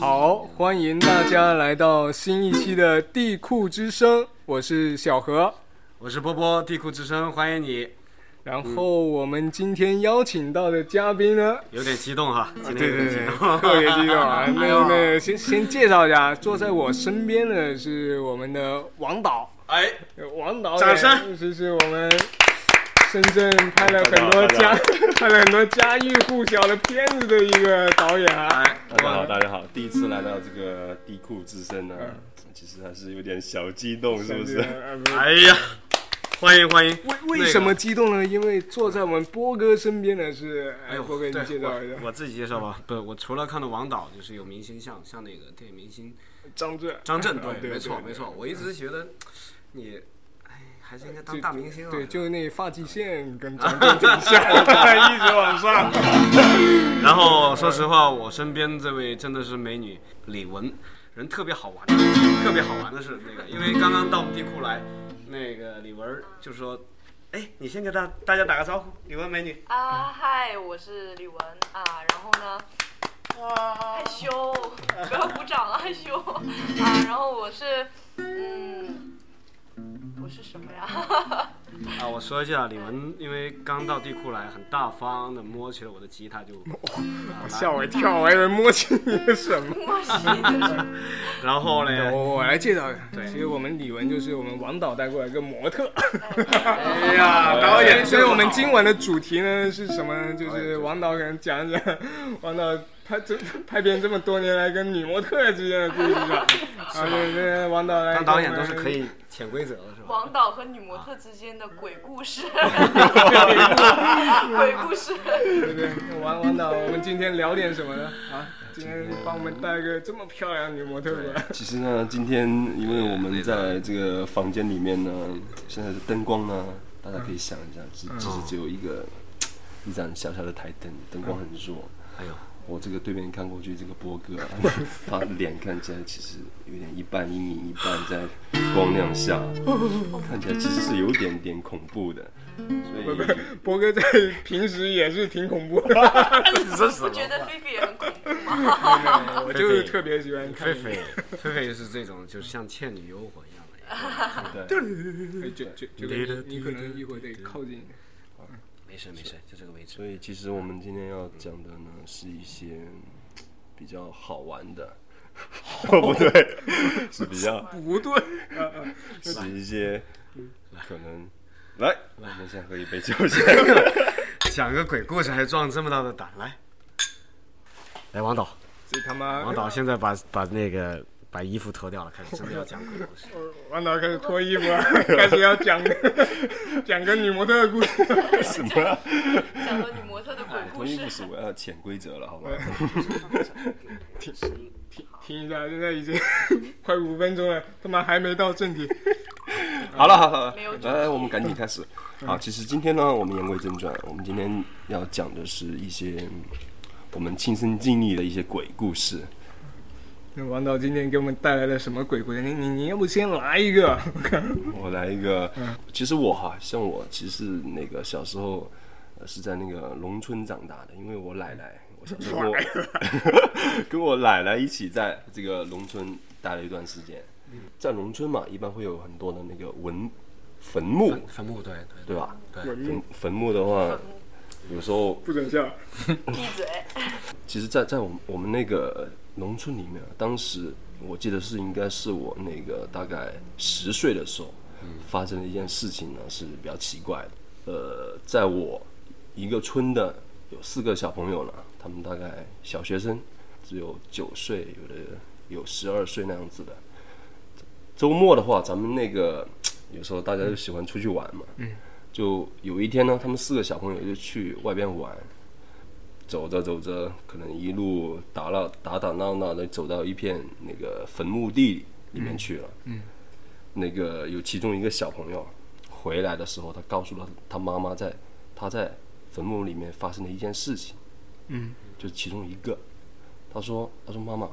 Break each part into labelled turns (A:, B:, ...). A: 好，欢迎大家来到新一期的地库之声，我是小何。
B: 我是波波，地库之声，欢迎你。
A: 然后我们今天邀请到的嘉宾呢，
B: 有点激动哈，今天
A: 啊对
B: 有
A: 对
B: 点
A: 对
B: 激，动。
A: 特别激动啊！那
B: 哎呦
A: 那先先介绍一下，坐在我身边的是我们的王导，
B: 哎，
A: 呃王导，
B: 掌声！
A: 这是我们深圳拍了很多
C: 大
A: 家
C: 家好
A: 拍了很多家喻户晓的片子的一个导演啊。
B: 哎，
C: 大家好，
B: 我
C: 大家好，第一次来到这个地库之声呢、啊其实还是有点嗯小激动，是不是？
A: 呃不
B: 哎呀，欢迎欢迎。
A: 为为什么激动呢？因为坐在我们波哥身边的是，哎，
B: 那个？哎呦，
A: 波哥，你
B: 对
A: 介绍一下
B: 我，我自己介绍吧。不，我除了看到王导，就是有明星像像那个电影明星
A: 张震，
B: 张震，
A: 啊对，
B: 没错
A: 对
B: 没。错。我一直觉得你，哎，还是应该当
A: 对
B: 大明星啊。
A: 对，就那发际线跟张震挺像，一直往 上。
B: 然后说实话，我身边这位真的是美女李玟，人特别好玩，特别好玩的是那个，因为刚刚到我们地库来，那个李玟儿就说，哎，你先给大大家打个招呼，李玟美女。
C: 嗯
D: 啊，嗨，我是李玟啊，然后呢，害羞， 不要鼓掌了，害羞啊，然后我是，嗯，我是什么呀？
B: 啊，我说一下，李玟因为刚到地库来，很大方的摸起了我的吉 他就，啊
A: 吓我一跳，我还以为摸清你的什么。
D: 莫西
C: 啊
D: 就是，
B: 然后呢，
A: 我我来介绍一下，
B: 对
A: 其实我们李玟就是我们王导带过来一个模特，
B: 哎呀，导演，
A: 所以我们今晚的主题呢是什么呢？就是王导可能讲讲 王导拍这拍片这么多年来跟女模特之间的故事吧。啊，对对，王导来
B: 当
A: 跟
B: 导
A: 我
B: 演都是
A: 们
B: 可以潜规则的，是吧？
D: 王导和女模特之间的鬼故 事，鬼故事，
A: 对对，王王导，我们今天聊点什 么呢？啊，今天帮我们带个这么漂亮的女模特过来，
C: 其实呢，今天因为我们在这个房间里面呢，现在的灯光呢，大家可以想一下，只只是只有一个一盏小小的台灯，灯光很弱。
B: 哎呦，
C: 我这个对面看过去，这个波哥、啊， 他脸看起来其实有点一半阴影，一半在光亮 下，看起来其实是有点点恐怖的。所以
A: 博哥在平时也是挺恐怖的，
B: 你说什
D: 不
B: 么？
D: 觉得菲菲也很恐怖吗？
A: 我就特别喜欢看
B: 菲。菲，菲菲是这种，就是像《倩女幽魂》一样的。
A: 哎就就就你你可能一会儿得靠近一点。
B: 没事没事，就这个位置。
C: 所以其实我们今天要讲的呢，是一些比较好玩的， 不 对，是比较
A: 不对，
C: 是一些可能。来，我们先喝一杯酒先。
B: 讲个鬼故事还壮这么大的胆，来，哎来王导，
A: 这他妈
B: 王导现在把把那个把衣服脱掉了，开始真的要讲鬼故 事。
A: 王导开始脱衣 服了，啊开始要讲讲个女模特的故事。
D: 讲到女模特的鬼故
C: 脱衣服
D: 事，
C: 是我要潜规则了，好吧？
A: 听一下，现在已经 快五分钟了，他妈还没到正题。
C: 好 了好了，嗯
D: 没有主题
C: 来来，我们赶紧开始。好，其实今天呢，我们言归正传，我们今天要讲的是一些嗯我们亲身经历的一些鬼故事。
A: 那王导今天给我们带来了什么鬼故事？你你你要不先来一个？我看
C: 我来一个，其实我哈，像我其实那个小时候呃是在那个农村长大的，因为我奶奶，我小 时候跟我跟我奶奶一起在这个农村待了一段时间，在农村嘛，一般会有很多的那个文坟墓，
B: 坟墓对对
C: 对吧？
A: 文
C: 坟
A: 明
C: 坟墓的话，有时候
A: 不准笑。
D: 闭嘴，
C: 其实在，在我们我们那个农村里面啊，当时我记得是应该是我那个大概十岁的时候，发生的一件事情呢是比较奇怪的。呃，在我一个村的有四个小朋友呢，他们大概小学生，只有九岁，有的有十二岁那样子的。周末的话，咱们那个有时候大家就喜欢出去玩嘛，就有一天呢，他们四个小朋友就去外边玩，走着走着，可能一路打闹打打闹闹的走到一片那个坟墓地里面去了。嗯，那个有其中一个小朋友回来的时候，他告诉了他妈妈在他在坟墓里面发生的一件事情。
A: 嗯，
C: 就其中一个，他说他说妈妈，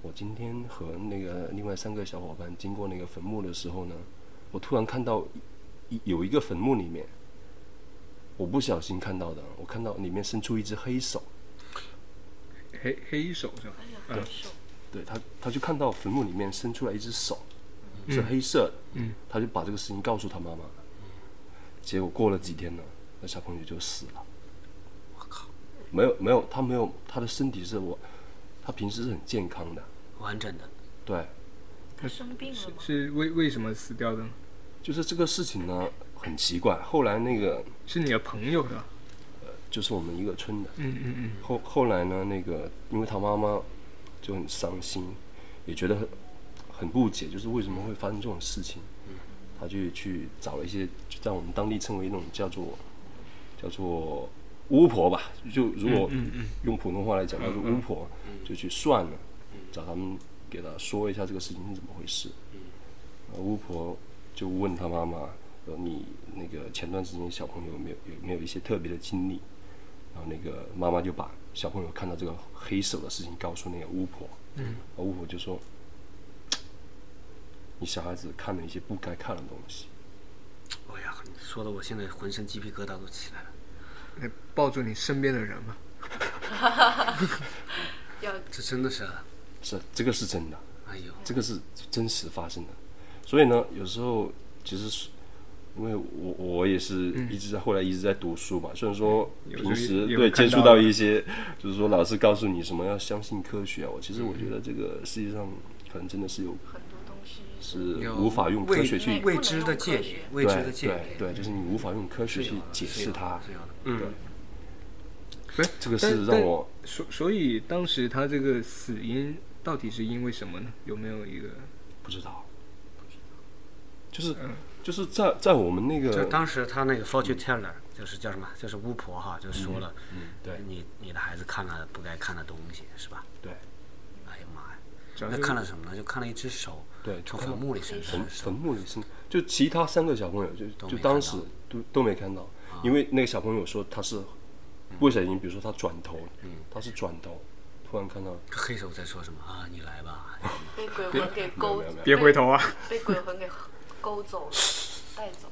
C: 我今天和那个另外三个小伙伴经过那个坟墓的时候呢，我突然看到一一有一个坟墓里面。我不小心看到的，我看到里面伸出一只黑手，
A: 黑黑手是吧？
D: 哎呀，好受，
C: 对他，他就看到坟墓里面伸出来一只手，是黑色的，
A: 嗯，
C: 他就把这个事情告诉他妈妈，结果过了几天呢，那小朋友就死了。我靠！没有没有，他没有，他的身体是我，他平时是很健康的，
B: 完整的。
C: 对，
D: 他生病了吗？
A: 是为为什么死掉的呢？
C: 就是这个事情呢很奇怪。后来那个
A: 是你的朋友的。
C: 就是我们一个村的，
A: 嗯嗯嗯。
C: 后后来呢，那个因为他妈妈就很伤心，也觉得很很不解，就是为什么会发生这种事情。他就去找了一些，就在我们当地称为那种叫做叫做巫婆吧，就如果用普通话来讲，叫做巫婆，就去算了，找他们给他说一下这个事情是怎么回事。然后巫婆就问他妈妈，呃，你那个前段时间小朋友有没有有没有一些特别的经历？然后那个妈妈就把小朋友看到这个黑手的事情告诉那个巫婆，嗯，巫婆就说，你小孩子看了一些不该看的东西，
B: 哎呀，你说的我现在浑身鸡皮疙瘩都起来了。
A: 那抱住你身边的人嘛。
D: 要
B: 这真的是，
C: 是这个是真的，
B: 哎呦，
C: 这个是真实发生的。所以呢，有时候其实是因为我我也是一直在、后来一直在读书嘛，虽然说
A: 有时候
C: 平时
A: 嗯也有
C: 对
A: 看
C: 接触
A: 到
C: 到
A: 的
C: 一些，就是说老师告诉你什么要相信科学啊，我其实我觉得这个世界上可能真的是有
D: 很多东西
C: 是
B: 有
C: 无法用科
B: 未
C: 学去
B: 未知的界限，未知
C: 对
B: 的界限，
C: 对对，就是你无法用科
B: 是
C: 学
B: 有
C: 去
B: 的
C: 解
B: 是有
C: 释
B: 的
C: 它。
B: 是有的。
A: 嗯。
C: 这个
A: 但
C: 是让
A: 但
C: 我
A: 所所以当时他这个死因到底是因为什么呢？有没有一个？
C: 不知道，就是
A: 嗯
C: 就是在在我们那
B: 就
C: 个
B: 当时他那个 fortune teller 就是叫什么，就是巫婆哈，就说了，
C: 嗯对
B: 你你的孩子看了不该看的东西是吧？
C: 对
B: 哎呀妈呀，
A: 主要
B: 那
A: 是
B: 看了什么呢？就看了一只手，
C: 对
B: 从
C: 就看
B: 坟
C: 到
B: 墓里伸出来
C: 坟
B: 的
C: 坟
B: 手，
C: 墓里是，就其他三个小朋友就
B: 都
C: 就
B: 没
C: 当
B: 看
C: 时
B: 到啊
C: 都都没看到，因为那个小朋友说他是
B: 嗯
C: 不小心，比如说他转头，他是转头，突然看到
B: 黑手在说什么啊？你来吧，
D: 被鬼魂给勾
C: 没有没有，
A: 别回头啊！
D: 被，被鬼魂给勾走了，带走。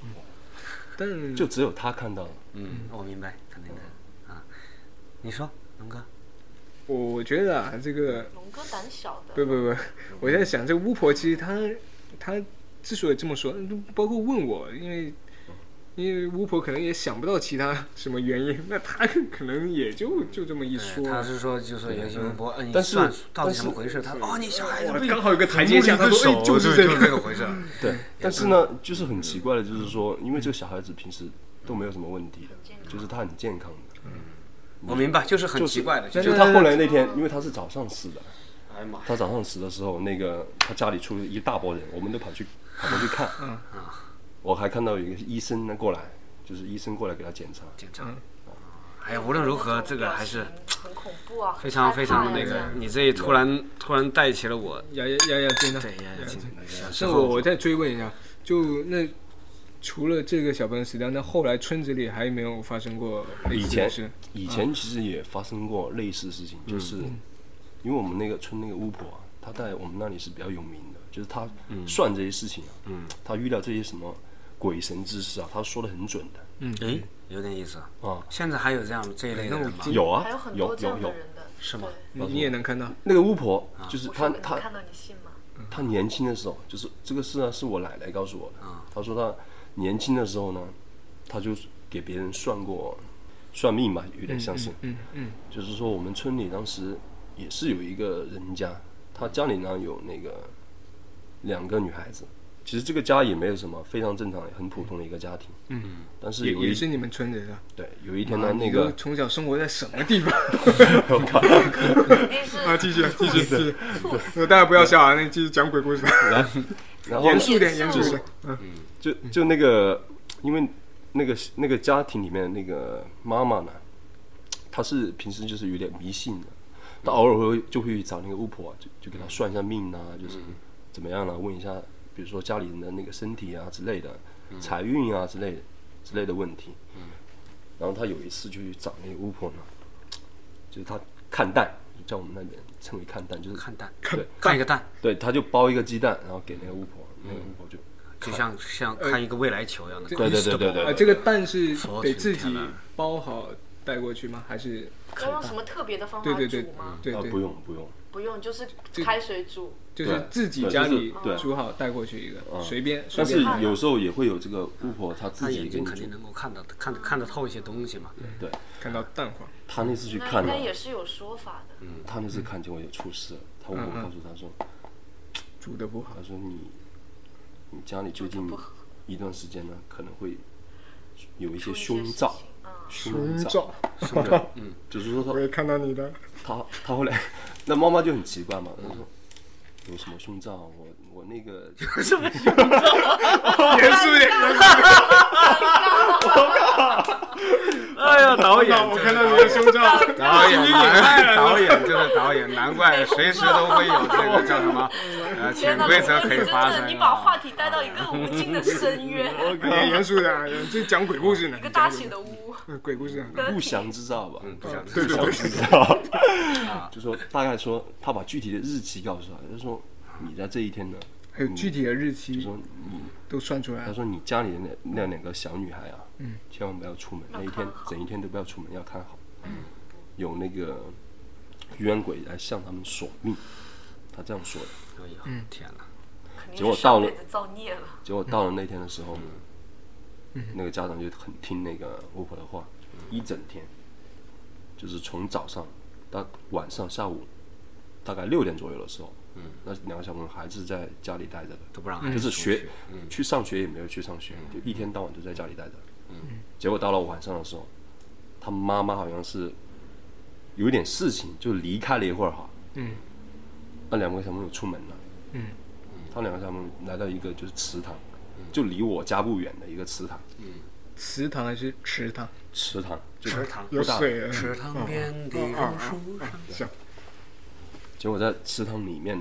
A: 但
C: 就只有他 看到了，
B: 嗯，我明白，肯定的啊。你说，龙哥，
A: 我我觉得啊，这个
D: 龙哥胆小的，
A: 不不不，我在想这个巫婆其实她她之所以这么说，包括问我，因为因为巫婆可能也想不到其他什么原因，那她可能也就就这么一
B: 对
A: 说。
B: 呃他是说就是原型微博，嗯，你
C: 但是
B: 算到底
C: 但
B: 怎么
C: 是
B: 回事？他哦，你小孩子
A: 哇
B: 被
A: 刚好有个
B: 坟
A: 台阶
B: 墓里
A: 下
B: 一
A: 他
B: 个
A: 说哎
B: 手，
A: 就是是这
B: 就是
A: 个
B: 这个回事儿。
C: 对，但是呢，
B: 嗯
C: 就是很奇怪的，就是说，因为这个小孩子平时都没有什么问题的，就是他很健康的，
B: 我明白，就是很
C: 就
B: 奇
C: 是
B: 怪的，
C: 就
B: 就是
A: 是
C: 他后来那天，因为他是早上死的，
B: 哎呀妈呀，
C: 他早上死的时候，那个他家里出了一大波人，我们都跑去跑过去看。我还看到有一个医生呢过来，就是医生过来给他检查。
B: 警察。哎呀，无论如何，这个还是
D: 很恐怖啊，
B: 非常非常那
D: 很害怕
B: 个
D: 呀。
B: 你这一突然突然带起了我，哎
A: 呀呀呀呀，真的。
B: 对呀，小时
A: 那我
B: 候
A: 我再追问一下，就那除了这个小朋友死掉，那后来村子里还有没有发生过类
C: 以
A: 似的
C: 前
A: 事？
C: 以前其实也发生过类似的事情，就是因为我们那个村那个巫婆啊，她在我们那里是比较有名的，就是她算这些事情啊，她遇到这些什么鬼神之事啊，她说的很准的
B: 哎，有点意思啊。
C: 啊。
B: 现在还有这样这一类的人吗？
C: 有啊
D: 还有，很
C: 有
D: 多这
C: 有
D: 样的
C: 有，
D: 人的，
B: 是吗
D: 对
A: 你你也能看到，
C: 那个巫婆就是
D: 我
C: 她
D: 说你
C: 她
D: 看到你信吗？
C: 他年轻的时候，就是这个事呢，是我奶奶告诉我的。
B: 啊
C: 她说她年轻的时候呢，她就给别人算过算命吧，有点像是，
A: 嗯嗯，
C: 就是说我们村里当时也是有一个人家，他家里呢有那个两个女孩子，其实这个家也没有什么，非常正常，很普通的一个家庭。嗯，但是
A: 也
C: 有一
A: 也是你们村子的。啊
C: 对有一 天呢，
A: 你
C: 那
A: 都
C: 个
A: 从小生活在什么地方？
D: 肯定是
A: 啊，继续继 续继续，大家不要笑啊，那你继续讲鬼故事吧，
C: 然后
A: 严
C: 呢
A: 肃点严肃
D: 就是
A: 点。
C: 就
A: 嗯
C: 就那个，因为那个那个家庭里面那个妈妈呢，她是平时就是有点迷信的，她偶尔会就会找那个巫婆啊，就就给她算一下命啊，
A: 嗯
C: 就是怎么样啊，问一下，比如说家里人的那个身体啊之类的，
A: 嗯
C: 财运啊之类的之类的问题。然后她有一次就去找那个巫婆呢，就是她看蛋，就叫我们那边称为看蛋，就是
B: 看蛋，
C: 对
B: 看一个蛋，
C: 对，她就包一个鸡蛋，然后给那个巫婆，那个
A: 嗯
C: 巫婆就
B: 就像像看一个未来球一样的。
C: 对对对对对
A: 啊，这个蛋是
B: 说
A: 得
B: 起
A: 自
B: 天
A: 己
B: 来
A: 包好带过去吗？还是
D: 要
C: 看
D: 用
C: 淡
D: 什。么特别的方法
A: 对对对
D: 煮吗？
A: 对
C: 啊，
A: 对
C: 不，用
B: 嗯
C: 不用，
D: 不用，就是
A: 这
D: 开水煮。
A: 就是
C: 对
A: 自己
C: 对
A: 家
C: 就是
A: 里
C: 对
A: 煮好带过去一个，
C: 嗯
A: 随便随
C: 但是
A: 便
D: 看
C: 有时候也会有这个巫婆她
B: 他
C: 自己
B: 眼
C: 给
B: 睛
C: 你
B: 肯
C: 煮
B: 定，能够看得看得看得透一些东西嘛。
C: 对
A: 看到蛋黄，
C: 她那次去
D: 那
C: 看
D: 应
C: 了
D: 该，也是有说法的。
C: 她那次看见我有出事了，她问我
A: 嗯嗯
C: 告诉她说，啊
A: 煮的不好
C: 她，说你你家里最
D: 煮得
C: 近
D: 不好
C: 一段时间呢可能会有一
D: 出
C: 些
D: 一些
C: 凶
D: 事
C: 兆，
D: 情嗯，
C: 凶兆，
A: 照，
C: 凶兆，嗯，就是说她
A: 也看到你的，
C: 他他后来， 那妈妈就很奇怪嘛，她说有什么胸罩，我我那个
A: 严肃一点，
B: 哎呀，导演，
A: 啊我看到你的胸罩，
B: 导演，难导演就是导演，难怪随时都会有这个叫什么呃
D: 天
B: 潜
D: 哪，
B: 规
D: 龙
B: 则
D: 哥，
B: 可
D: 你
B: 以
D: 真
B: 发
D: 的，
B: 生。
D: 你把话题带到一个无尽的深渊，
A: 哎严严肃的，这讲鬼故事呢
D: 一个，大写的污。
A: 嗯鬼故事啊，
C: 不祥之兆
D: 嗯
C: 吧，
B: 不想
C: 嗯
A: 对对对，
C: 就说大概说他把具体的日期告诉他，就说你在这一天呢，
A: 还有具体的日
C: 就
A: 期
C: 说你，
A: 都算出来
C: 他
A: 了，
C: 说你家里的那那两个小女孩啊，千万不要出门，那一天
D: 看好嗯
C: 整一天都不要出门，要看好，有那个冤鬼来向他们索命，他这样说的。
B: 哎呦，天哪！
D: 肯
C: 结
D: 定
C: 果
D: 是
C: 到
D: 上
C: 了
D: 辈子造孽了。
C: 结果到了那天的时候呢，那个家长就很听那个巫婆的话，一整天，就是从早上到晚上下午，大概六点左右的时候，那两个小朋友还是在家里待着的，
B: 都不让孩
C: 就
B: 子
C: 是
B: 出
C: 学
B: 啊去，
C: 去上学也没有去上学，就一天到晚都在家里待着。嗯结果到了晚上的时候，他妈妈好像是有点事情，就离开了一会儿哈。
A: 嗯。
C: 那两个小朋友出门了。
A: 嗯。
C: 他两个小朋友来到一个就是祠堂，就离我家不远的一个祠堂。
A: 祠堂还是池塘？
C: 祠堂就
B: 池塘，
A: 有水啊，
B: 池塘边的榕树上，
A: 行，
C: 结果在祠堂里面，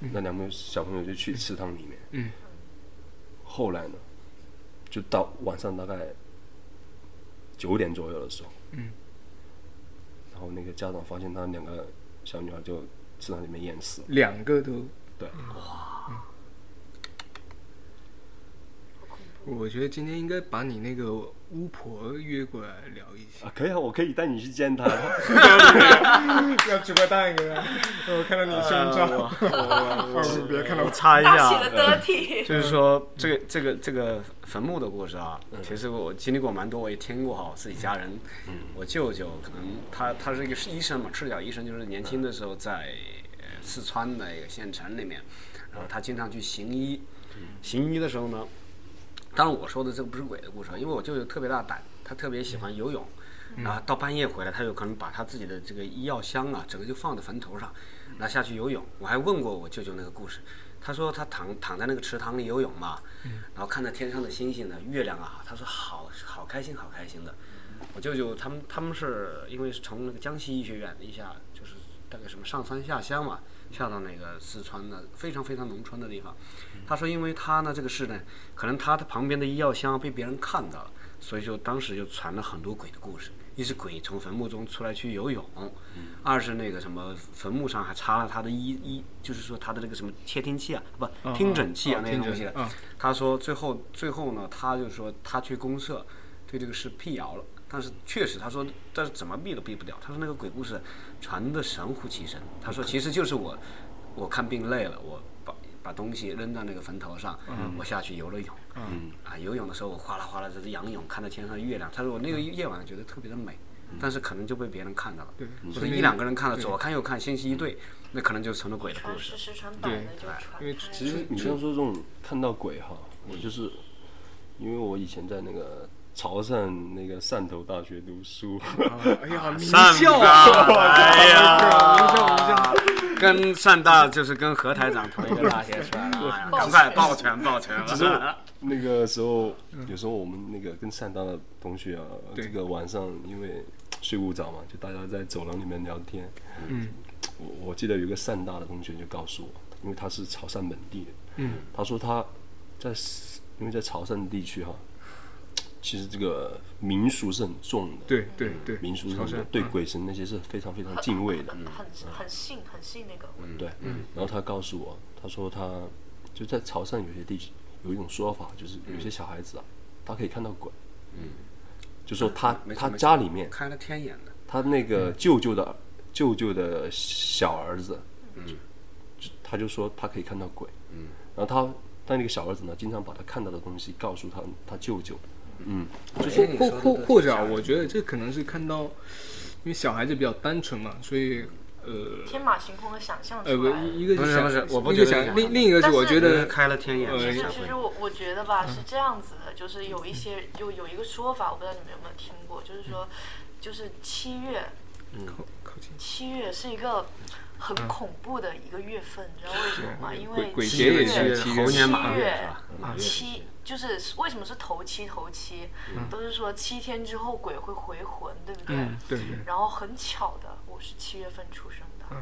C: 那两个小朋友就去祠堂里面。
A: 嗯。
C: 后来呢，就到晚上大概九点左右的时候。
A: 嗯。
C: 然后那个家长发现他两个小女孩就祠堂里面淹死了。
A: 两个都
C: 对，
A: 我觉得今天应该把你那个巫婆约过来聊一下，
C: 啊，可以啊，我可以带你去见 他。
A: 要煮个蛋给他。我看到你胸罩，哦别看到
B: 我插一
D: 大写
B: 下
D: 的。dirty，
B: 就是说，这个这个这个坟墓的故事啊，其实我经历过蛮多，我也听过哈。我自己家人，我舅舅可能他他是一个医生嘛，赤脚医生，就是年轻的时候在呃四川的一个县城里面，然后他经常去行医，行医的时候呢，当然我说的这个不是鬼的故事，因为我舅舅特别大胆，他特别喜欢游泳，然后到半夜回来，他有可能把他自己的这个医药箱啊，整个就放在坟头上，然后下去游泳。我还问过我舅舅那个故事，他说他躺躺在那个池塘里游泳嘛，然后看着天上的星星呢，月亮啊，他说好好开心，好开心的。我舅舅他们他们是因为是从那个江西医学院一下就是大概什么上山下乡嘛，下到那个四川的非常非常农村的地方。他说，因为他呢这个事呢，可能他的旁边的医药箱被别人看到了，所以就当时就传了很多鬼的故事。一是鬼从坟墓中出来去游泳，二是那个什么坟墓上还插了他的医医，就是说他的那个什么窃听器啊，不听诊器啊
A: 哦
B: 那些
A: 听诊
B: 东西的
A: 嗯。
B: 他说最后最后呢，他就说他去公社对这个事辟谣了，但是确实他说，但是怎么避都避不了。他说那个鬼故事传的神乎其神，他说其实就是我我看病累了，我把把东西扔到那个坟头上，我下去游了泳，啊游泳的时候我哗啦哗啦就是仰泳，看到天上的月亮。他说我那个夜晚觉得特别的美。但是可能就被别人看到了，或者一两个人看了，左看右看，信息一对，那可能就成了鬼的故
D: 传
B: 事
D: 十。十传百的就传
A: 因为
D: 开。
C: 其实你像说这种看到鬼哈，我就是因为我以前在那个潮汕那个汕头大学读书，
A: 哎呀，名校啊！
B: 哎呀，
A: 名校名校，
B: 跟汕大就是跟何台长同一个大学出来的，哎呀，赶快抱拳抱拳！
C: 其实我那个时候，有时候我们那个跟汕大的同学啊，
A: 嗯对
C: 这个晚上因为睡不着嘛，就大家在走廊里面聊天。
A: 嗯，
C: 我我记得有一个汕大的同学就告诉我，因为他是潮汕本地的，
A: 嗯，
C: 他说他在因为在潮汕地区哈、其实这个民俗是很重的，
A: 对对对，
C: 民俗是
A: 潮
C: 很重
A: 汕嗯
C: 的，对鬼神那些是非常非常敬畏的，
D: 很很信很信那个，
C: 对，然后他告诉我，他说他就在潮汕有些地区有一种说法，就是有些小孩子啊，他可以看到鬼，就说他
B: 没错
C: 他
B: 没错
C: 家里面
B: 开了天眼的，
C: 他那个舅舅的舅舅的小儿子，就他就说他可以看到鬼，
B: 嗯，
C: 然后他但那个小儿子呢，经常把他看到的东西告诉他他舅舅，嗯，
A: 或或或或者啊，我觉得这可能是看到，因为小孩子比较单纯嘛，所以呃
D: 天马行空的想象
A: 呃
D: 出
A: 不
D: 来。
A: 一个
B: 不是
A: 想
B: 不是我不
A: 一个
B: 觉得
A: 想
B: 是
A: 另另一个是
D: 但
A: 我
D: 是
A: 觉
B: 就是
A: 得
B: 开了天眼
D: 其
A: 呃
D: 实
B: 吓
D: 其
B: 回
D: 实我我觉得吧是这样子的，就是有一些就有一个说法，我不知道你们有没有听过，就是说，就是七月
A: 靠靠近
D: 七月是一个很恐怖的一个月份，你知道为什么吗？因
A: 鬼
D: 为
A: 鬼
D: 七
A: 节也
D: 月
A: 是七月
B: 猴年马
D: 七
B: 月
D: 月
B: 是吧？马月
D: 七就是为什么是头七头七，都是说七天之后鬼会回魂，对不对？
A: 嗯对对
D: 然后很巧的，我是七月份出生的，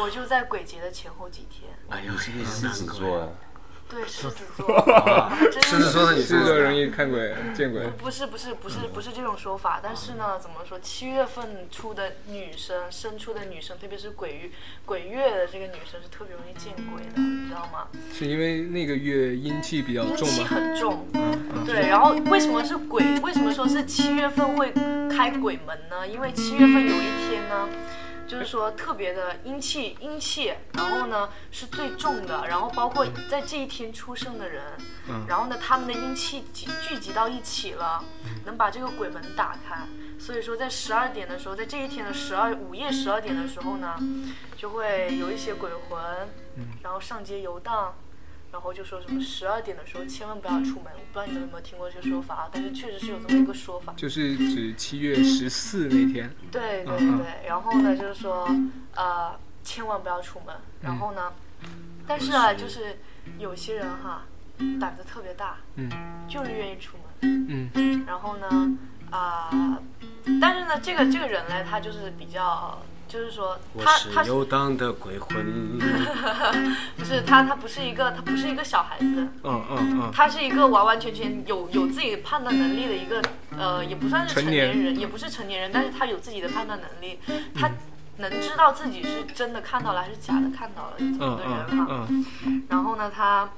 D: 我就在鬼节的前后几天，
B: 哎呦，
C: 是狮子座啊，
D: 对狮子座，真
B: 狮子座的你嗯
A: 是说容易看鬼见鬼，
D: 不是不是不是不是这种说法，但是呢，怎么说？七月份出的女生，生出的女生，特别是鬼月鬼月的这个女生是特别容易见鬼的，你知道吗？
A: 是因为那个月阴气比较
D: 阴
A: 重啊
D: 气
A: 嘛？
D: 很重，对。然后为什么是鬼？为什么说是七月份会开鬼门呢？因为七月份有一天呢，就是说特别的阴气，阴气，然后呢是最重的，然后包括
A: 嗯
D: 在这一天出生的人，然后呢他们的阴气集聚集到一起了，
A: 嗯
D: 能把这个鬼门打开。所以说，在十二点的时候，在这一天的十二午夜十二点的时候呢，就会有一些鬼魂，
A: 嗯
D: 然后上街游荡，然后就说什么十二点的时候千万不要出门。我不知道你们有没有听过这个说法啊，但是确实是有这么一个说法。
A: 就是指七月十四那天，
D: 对对对，嗯然后呢就是说，呃，千万不要出门。然后呢，但是啊，就是有些人哈，胆子特别大，
A: 嗯
D: 就是愿意出门。
A: 嗯
D: 然后呢，啊、但是呢，这个这个人呢，他就是比较，就是说
B: 我
D: 他他
B: 是游荡的鬼魂，
D: 就是他他不是一个他不是一个小孩子，
A: 嗯嗯嗯，
D: 他是一个完完全全有有自己判断能力的一个，呃，也不算是成
A: 成年
D: 年人，也不是成年人，但是他有自己的判断能力，他能知道自己是真的看到了还是假的看到了这么
A: 嗯
D: 个
A: 嗯
D: 人嘛。
A: 嗯
D: 然后呢，他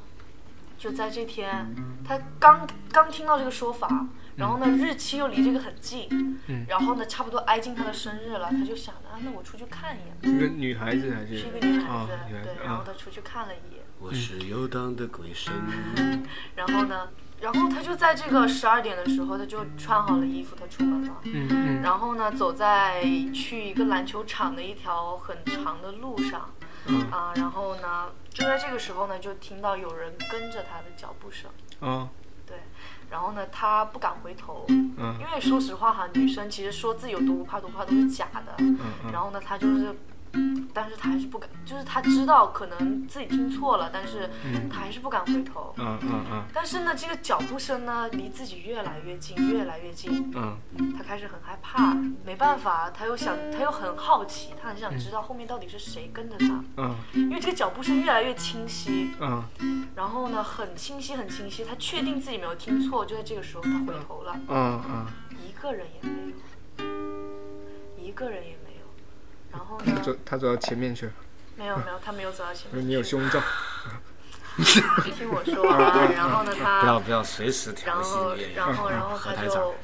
D: 就在这天，他刚刚听到这个说法，然后呢，日期又离这个很近，
A: 嗯
D: 然后呢，差不多挨近他的生日了，他就想着啊，那我出去看一眼。
A: 嗯，一个女孩子还是
D: 是一个女孩
A: 啊
D: 子，
A: 女孩子
D: 对，然后
A: 啊，
D: 他出去看了一眼，
B: 我是游荡的鬼神。
D: 然后呢，然后他就在这个十二点的时候，他就穿好了衣服，他出门了。
A: 嗯嗯
D: 然后呢，走在去一个篮球场的一条很长的路上，
A: 嗯
D: 啊，然后呢，就在这个时候呢，就听到有人跟着他的脚步声，
A: 啊
D: 对，然后呢，他不敢回头，
A: 嗯
D: 因为说实话哈，女生其实说自己有多不怕多不怕都是假的，
A: 嗯
D: 然后呢，他就是，但是他还是不敢，就是他知道可能自己听错了，但是他还是不敢回头。
A: 嗯嗯嗯
D: 但是呢，这个脚步声呢，离自己越来越近，越来越近，
A: 嗯
D: 他开始很害怕。没办法，他又想，他又很好奇，他很想知道后面到底是谁跟着他，
A: 嗯
D: 因为这个脚步声越来越清晰，
A: 嗯
D: 然后呢，很清晰，很清晰。他确定自己没有听错，就在这个时候，他回头了，
A: 嗯嗯，
D: 一个人也没有，一个人也没有。然后
A: 他走
D: 呢，
A: 他走到前面去了，
D: 没有没有，他没有走到前
A: 说
D: 面。
A: 你有胸罩，
D: 听我说啊，然后呢，
B: 不
D: 他
B: 要，不要随时
D: 然
B: 调戏
D: 后
B: 演员，
D: 然后然后
B: 嗯何
D: 他
B: 台长
D: 就，，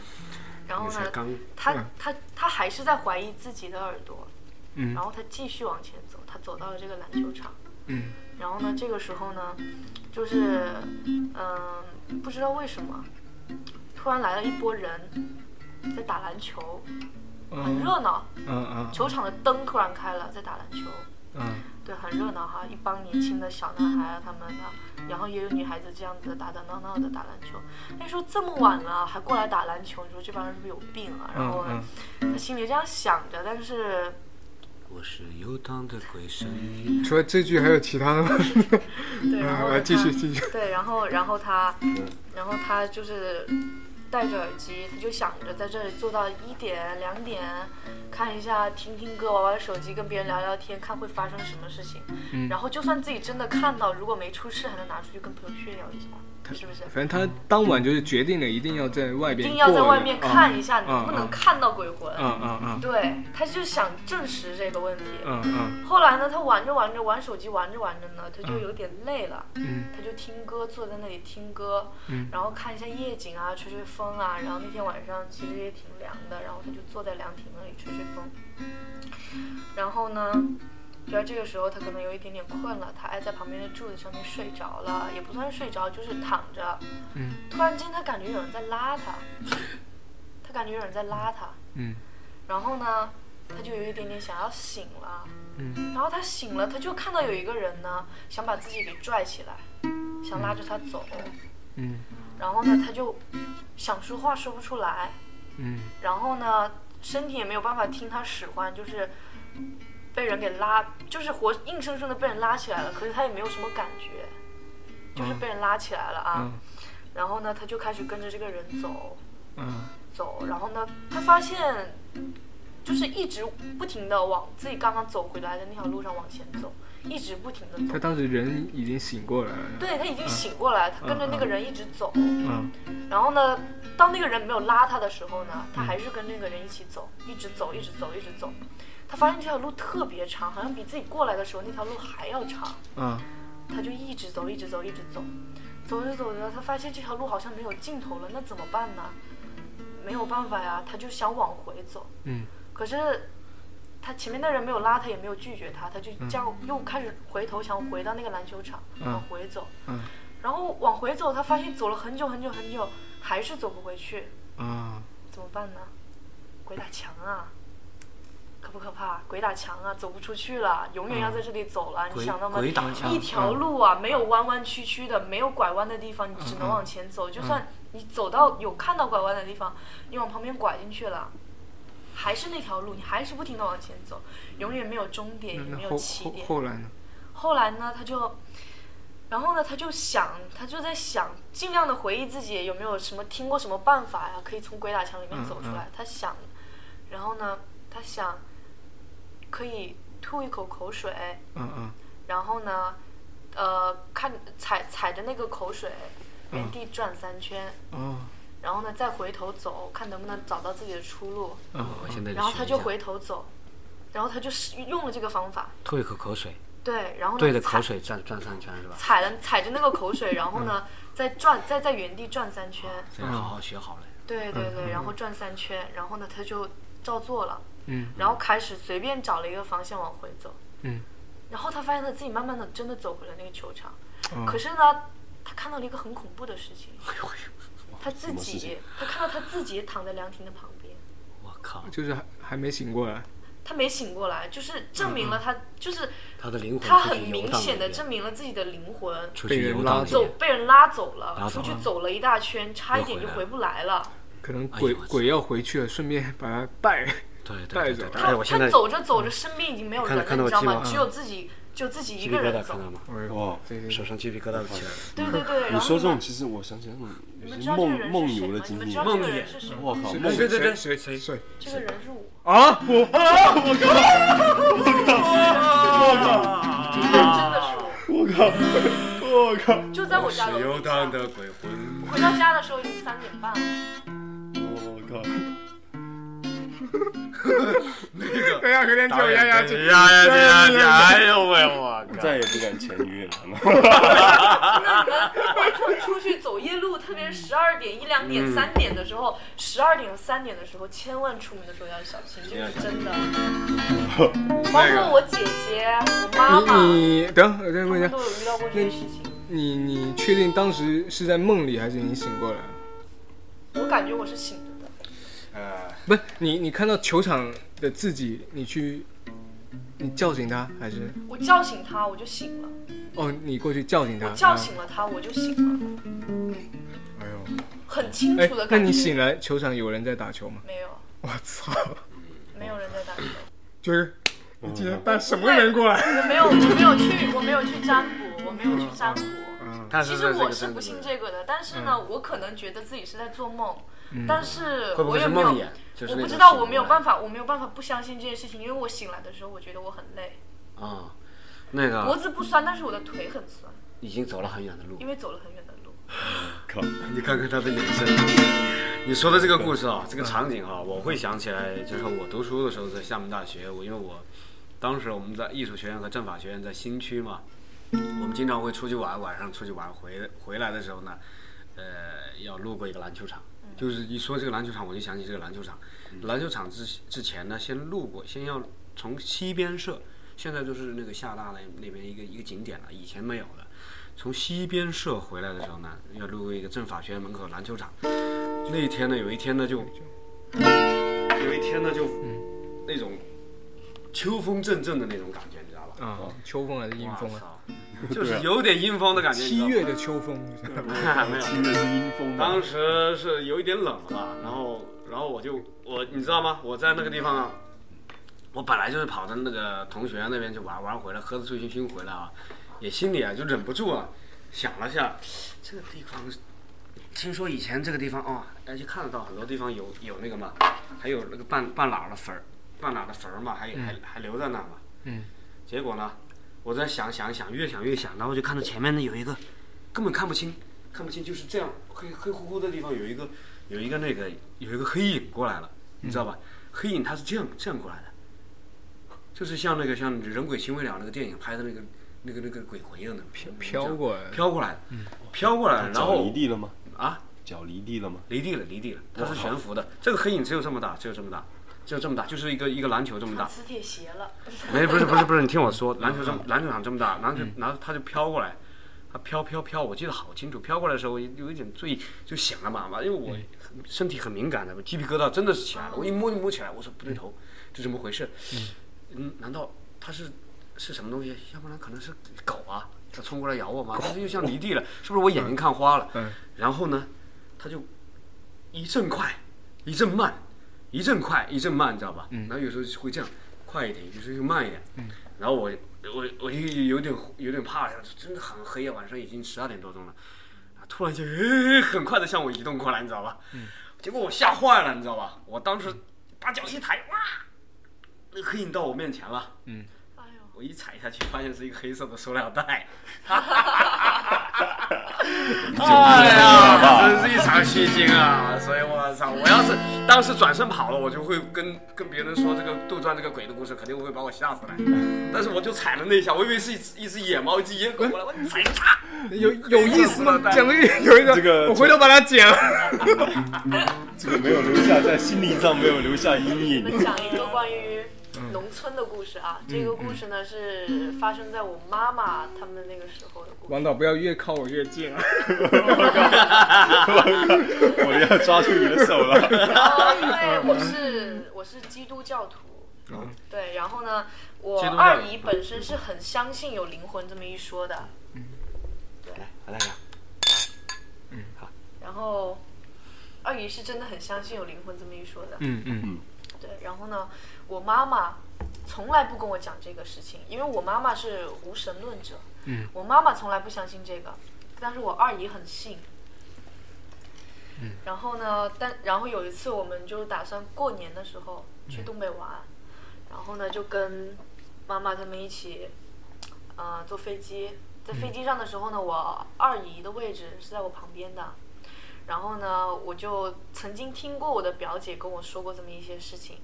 D: 然后
B: 你才
D: 呢，
B: 刚
D: 他他他还是在怀疑自己的耳朵，
A: 嗯
D: 然后他继续往前走，他走到了这个篮球场，
A: 嗯
D: 然后呢，这个时候呢，就是嗯、不知道为什么，突然来了一波人在打篮球，很
A: 嗯
D: 热闹，
A: 嗯嗯
D: 球场的灯突然开了，在打篮球。
A: 嗯
D: 对，很热闹哈，一帮年轻的小男孩啊，他们啊，然后也有女孩子这样子打打闹闹的打篮球。那时候这么晚了还过来打篮球，你说这帮人是不是有病啊？然后
A: 嗯
D: 他心里这样想着，但是
B: 我是游荡的鬼神。
A: 嗯，除了这句还有其他的吗？
D: 对，然后
A: 啊，
D: 呢
A: 继续
D: 他
A: 继续，
D: 对，然后然后他，然后他就是戴着耳机，他就想着在这里坐到一点两点，看一下听听歌，玩玩手机，跟别人聊聊天，看会
A: 嗯
D: 发生什么事情。然后就算自己真的看到，如果没出事，还能拿出去跟朋友炫耀一下。是不是？
A: 反正他当晚就是决定了，一定要在外
D: 一
A: 边过
D: 定要在外
A: 了
D: 面看一下，你
A: 嗯
D: 能不能
A: 嗯
D: 看到鬼魂？
A: 嗯嗯嗯
D: 对，他就是想证实这个问题。
A: 嗯嗯
D: 后来呢，他玩着玩着玩手机，玩着玩着呢，他就
A: 嗯
D: 有点累了，
A: 嗯
D: 他就听歌，坐在那里听歌，
A: 嗯
D: 然后看一下夜景啊，吹吹风啊。然后那天晚上其实也挺凉的，然后他就坐在凉亭那里吹吹风。然后呢，就在这个时候，他可能有一点点困了，他挨在旁边的柱子上面睡着了，也不算是睡着，就是躺着。
A: 嗯
D: 突然间，他感觉有人在拉他，他感觉有人在拉他，
A: 嗯
D: 然后呢，他就有一点点想要醒了。
A: 嗯
D: 然后他醒了，他就看到有一个人呢，想把自己给拽起来，想拉着他走。
A: 嗯
D: 然后呢，他就想说话说不出来，
A: 嗯
D: 然后呢，身体也没有办法听他使唤，就是被人给拉，就是活硬生生的被人拉起来了。可是他也没有什么感觉，就是被人拉起来了啊。
A: 嗯
D: 然后呢，他就开始跟着这个人走
A: 嗯
D: 走，然后呢，他发现就是一直不停的往自己刚刚走回来的那条路上往前走，一直不停的走
A: 他。当时人已经醒过来了。
D: 对他已经醒过来，他跟着那个人一直走。
A: 嗯
D: 然后呢，当那个人没有拉他的时候呢，他还是跟那个人一起走，一直走，一直走，一直走。他发现这条路特别长，好像比自己过来的时候那条路还要长。
A: 啊
D: 他就一直走，一直走，一直走，走着走着，他发现这条路好像没有尽头了，那怎么办呢？没有办法呀，他就想往回走，
A: 嗯
D: 可是他前面的人没有拉他，也没有拒绝他，他就这样又开始回头想回到那个篮球场，
A: 嗯
D: 往回走。
A: 嗯
D: 然后往回走，他发现走了很久很久很久，还是走不回去，
A: 啊
D: 怎么办呢？鬼打墙啊！可不可怕？鬼打墙啊，走不出去了，永
A: 嗯
D: 远要在这里走了。你
B: 鬼
D: 想到吗？
B: 鬼打墙
D: 一条路啊，没有弯弯曲曲的，没有拐弯的地方，你只
A: 嗯
D: 能往前走。就算你走到有看到拐弯的地方，你往旁边拐进去了，还是那条路，你还是不停的往前走，永远没有终点，也
A: 那
D: 哎没有
A: 后
D: 起
A: 后
D: 点。
A: 后来呢？
D: 后来呢，他就，然后呢，他就想，他就在想，尽量的回忆自己有没有什么听过什么办法呀，可以从鬼打墙里面
A: 嗯
D: 走出来。他想，然后呢，他想，可以吐一口口水，
A: 嗯嗯
D: 然后呢，呃，看踩踩着那个口水，
A: 嗯
D: 原地转三圈，
A: 哦
D: 然后呢再回头走，看能不能找到自己的出路。
B: 我
A: 哦
B: 现在
D: 然后
B: 学
D: 他
B: 一
D: 就
B: 下
D: 回头走，然后他就是用了这个方法，
B: 吐一口口水，
D: 对，然后呢
B: 对着口
D: 踩
B: 水转转三圈是吧？
D: 踩了踩着那个口水，然后
B: 嗯
D: 呢，再转再在原地转三圈，
B: 这样好好学好了。
D: 对对
B: 嗯
D: 对，然后转三圈，然后呢他就照做了，
A: 嗯
D: 然后开始随便找了一个方向往回走，
A: 嗯
D: 然后他发现他自己慢慢的真的走回了那个球场，
B: 嗯
A: 哦
D: 可是呢，他看到了一个很恐怖的事情，
B: 哎
D: 他自
C: 么事
D: 己
C: 情
D: 他看到他自己躺在凉亭的旁边。
B: 我靠，
A: 就是还还没醒过来。
D: 他没醒过来，就是证明了他，
B: 嗯
D: 就是
B: 他的灵魂
D: 他
B: 出
D: 很
B: 去游
D: 明
B: 荡
D: 显
B: 了
D: 的
B: 一
D: 证明了自己的灵魂
B: 出
A: 被
B: 去
A: 人
B: 游
A: 拉
B: 荡了一
D: 走
B: 遍
D: 被人拉走了，
B: 拉走
D: 出
B: 了
D: 去走了一大圈，差一点就
B: 又回来了
D: 回不来了。
A: 可能
B: 哎呦
A: 鬼
B: 我操
A: 鬼要回去了，顺便把他带。
B: 对对
A: 带
B: 对
A: 走
B: 对对，
D: 他
B: 哎，我现
D: 他
B: 在
D: 走着走着，身边已经没有人了，
B: 看到看到
D: 你知道
B: 鸡
D: 吗？
B: 毛
D: 只有自己，就自己一
B: 鸡皮
D: 个
B: 疙瘩
D: 人
B: 看
D: 走
B: 到。吗？
C: 哇！
A: 对对
B: 手上鸡皮疙瘩都起来了。
D: 对对对，
C: 你
D: 然后
C: 说这
D: 你们
C: 种，其实我想起那种
D: 你
C: 有
D: 们
C: 些
D: 知道这个
C: 梦
D: 人
C: 梦
D: 是谁
C: 游
D: 吗
C: 的？
D: 你
C: 经
D: 们
C: 历
D: 知道。这个人是谁
C: 我
D: 吗？
C: 靠，
A: 对
C: 梦
A: 对
C: 游
A: 对对
B: 谁谁
A: 谁？
D: 这个人是我。
C: 啊！我啊！我
D: 这个人真的
B: 啊
D: 是我。
C: 我靠！我靠！
D: 就在我家楼
B: 游
D: 底
B: 荡
D: 下。
B: 的鬼魂，
D: 回到家的时候已经三点半了。
C: 我靠！
A: 等一下，可能只有丫
B: 呀
A: 丫
B: 呀呀呀！哎呦喂，我靠！
C: 再也不敢前约了。
D: 那你们晚上出去走夜路，特别是十二点、一两点、三点的时候，十二点和三点的时候，千万出门的时候要小心，这个是真的。包括我姐姐、我妈妈，
A: 你你等，我再
D: 他
A: 问一
D: 们
A: 下
D: 都，有遇到过这些事情。
A: 你你确定当时是在梦里还是你醒过来了？
D: 我感觉我是醒着的，
B: 呃，
A: 不是你，你看到球场的自己，你去，你叫醒他还是？
D: 我叫醒她，我就醒了。
A: 哦，你过去叫醒他。
D: 我叫醒了她，我就醒了，
A: 啊。哎呦，
D: 很清
A: 哎
D: 楚的，
A: 那
D: 感觉。
A: 你醒来，球场有人在打球吗？
D: 没有，
A: 我操，
D: 没有人在打球。
A: 就是你竟然带什么人过来？
D: 我没有，我没有去，我没有去占卜，我没有去占卜。
B: 嗯他
D: 其
B: 是
D: 实
B: 在这
D: 我
B: 个
D: 是
B: 山
D: 不信
B: 里面
D: 这个的，但是呢，我可能觉得自己是在做梦，但是
B: 嗯会不
D: 我
B: 会
D: 也
B: 是
D: 没有
B: 梦魇，？就是那
D: 我不
B: 种
D: 知道，
B: 醒
D: 我没有
B: 过来
D: 办法，我没有办法不相信这件事情，因为我醒来的时候，我觉得我很累，
B: 啊。那个
D: 脖
B: 啊
D: 子不酸，但是我的腿很酸，
B: 已经走了很远的路
D: 因，为走了很远的路。
B: 嗯
C: 靠，
B: 你看看他的眼神。你说的这个故事啊，这个场景啊，我会想起来，就是我读书的时候在厦门大学，我因为我当时我们在艺术学院和政法学院在新区嘛，我们经常会出去玩，晚上出去玩，回回来的时候呢，呃，要路过一个篮球场，就是一说这个篮球场，我就想起这个篮球场。篮球场之之前呢，先路过，先要从西边社，现在就是那个厦大那那边一个一个景点了，以前没有的。从西边社回来的时候呢，要路过一个政法学院门口篮球场。那一天呢，有一天呢就，有一天呢就，那种秋风阵阵的那种感觉，你知道吧？
A: 啊，秋风还是阴风
B: 哇
A: 啊？
B: 塞就是有点阴风的感觉。你知道
A: 七
B: 吗
A: 月的秋风，
B: 没有
C: 七月是阴风
B: 当
C: 嘛，
B: 时是有一点冷了吧，然后然后我就我你知道吗？我在那个地方啊，我本来就是跑到那个同学那边去玩玩回来，喝得醉醺醺回来啊，也心里啊就忍不住啊想了下，这个地方，听说以前这个地方哦，而且看得到很多地方有有那个嘛，还有那个半半老的坟儿，半老的坟儿嘛，还还还留在那儿嘛。
A: 嗯。
B: 结果呢，我在想想想，越想越想，然后就看到前面呢有一个，根本看不清，看不清，就是这样黑黑乎乎的地方有一个有一个那个有一个黑影过来了，
A: 嗯
B: 你知道吧？黑影它是这样这样过来的，就是像那个像《人鬼情未了》那个电影拍的那个那个那个鬼魂一样的飘
A: 飘过来嗯
B: 飘过来的，飘过来的，然
C: 脚
B: 后
C: 离地了吗？
B: 啊
C: 脚离地了吗？
B: 离地了，离地了，它是悬浮的。这个黑影只有这么大，只有这么大，只有这么大，就是一个一个篮球这么大。
D: 磁铁鞋了，
B: 没，不是不是不是，你听我说，篮球这
A: 嗯
B: 么篮球场这么大，然后就然后他就飘过来，他飘飘飘，我记得好清楚，飘过来的时候有一点最就想了嘛嘛，因为
A: 嗯
B: 我身体很敏感的，我鸡皮疙瘩真的是起来了，我一摸就摸起来，我说不对头，这怎么回事？嗯，难道他是是什么东西？要不然可能是狗啊，它冲过来咬我吗？但是又像离地了，是不是我眼睛看花了？
A: 嗯
B: 然后呢，他就一阵快，一阵慢，一阵快，一阵慢，你知道吧？然后有时候会这样，快一点，有时候又慢一点。然后我我我就有点有点怕，真的很黑啊，晚上已经十二点多钟了。啊突然间、呃很快的向我移动过来，你知道吧？结果我吓坏了，你知道吧？我当时把脚一抬，哇，那黑影到我面前了。
D: 哎呦，
B: 我一踩下去，发现是一个黑色的塑料 袋。哎呀，真是一场虚惊啊！所以我操，我要是当时转身跑了，我就会跟跟别人说这个杜撰这个鬼的故事，肯定会把我吓死来。但是我就踩了那一下，我以为是一只一只野猫，一只野狗过来，我踩一下啪
A: 有有意思吗？讲的有一个，
C: 这个
A: 我回头把它剪了。
C: 这个没有留下在心灵上没有留下阴
D: 我
C: 影
D: 们。讲一个关于农村的故事
B: 嗯
D: 啊。这个故事呢是发生在我妈妈他们那个时候的故事。
A: 王导，不要越靠我越近啊！
C: 我要抓住你的手 了。
D: 然后哦因为我是我是基督教徒。对，然后呢，
B: 嗯
D: 我
B: 基督教
D: 二姨本身是很相信有灵魂这么一说的，
B: 来嗯来来，嗯
D: 然后二姨是真的很相信有灵魂这么一说的。
A: 嗯嗯
D: 对，然后呢，我妈妈从来不跟我讲这个事情，因为我妈妈是无神论者，
A: 嗯，
D: 我妈妈从来不相信这个，但是我二姨很信。嗯，然后呢，但然后有一次我们就打算过年的时候去东北玩，然后呢就跟妈妈他们一起，呃，坐飞机。在飞机上的时候呢，我二姨的位置是在我旁边的，然后呢，我就曾经听过我的表姐跟我说过这么一些事情，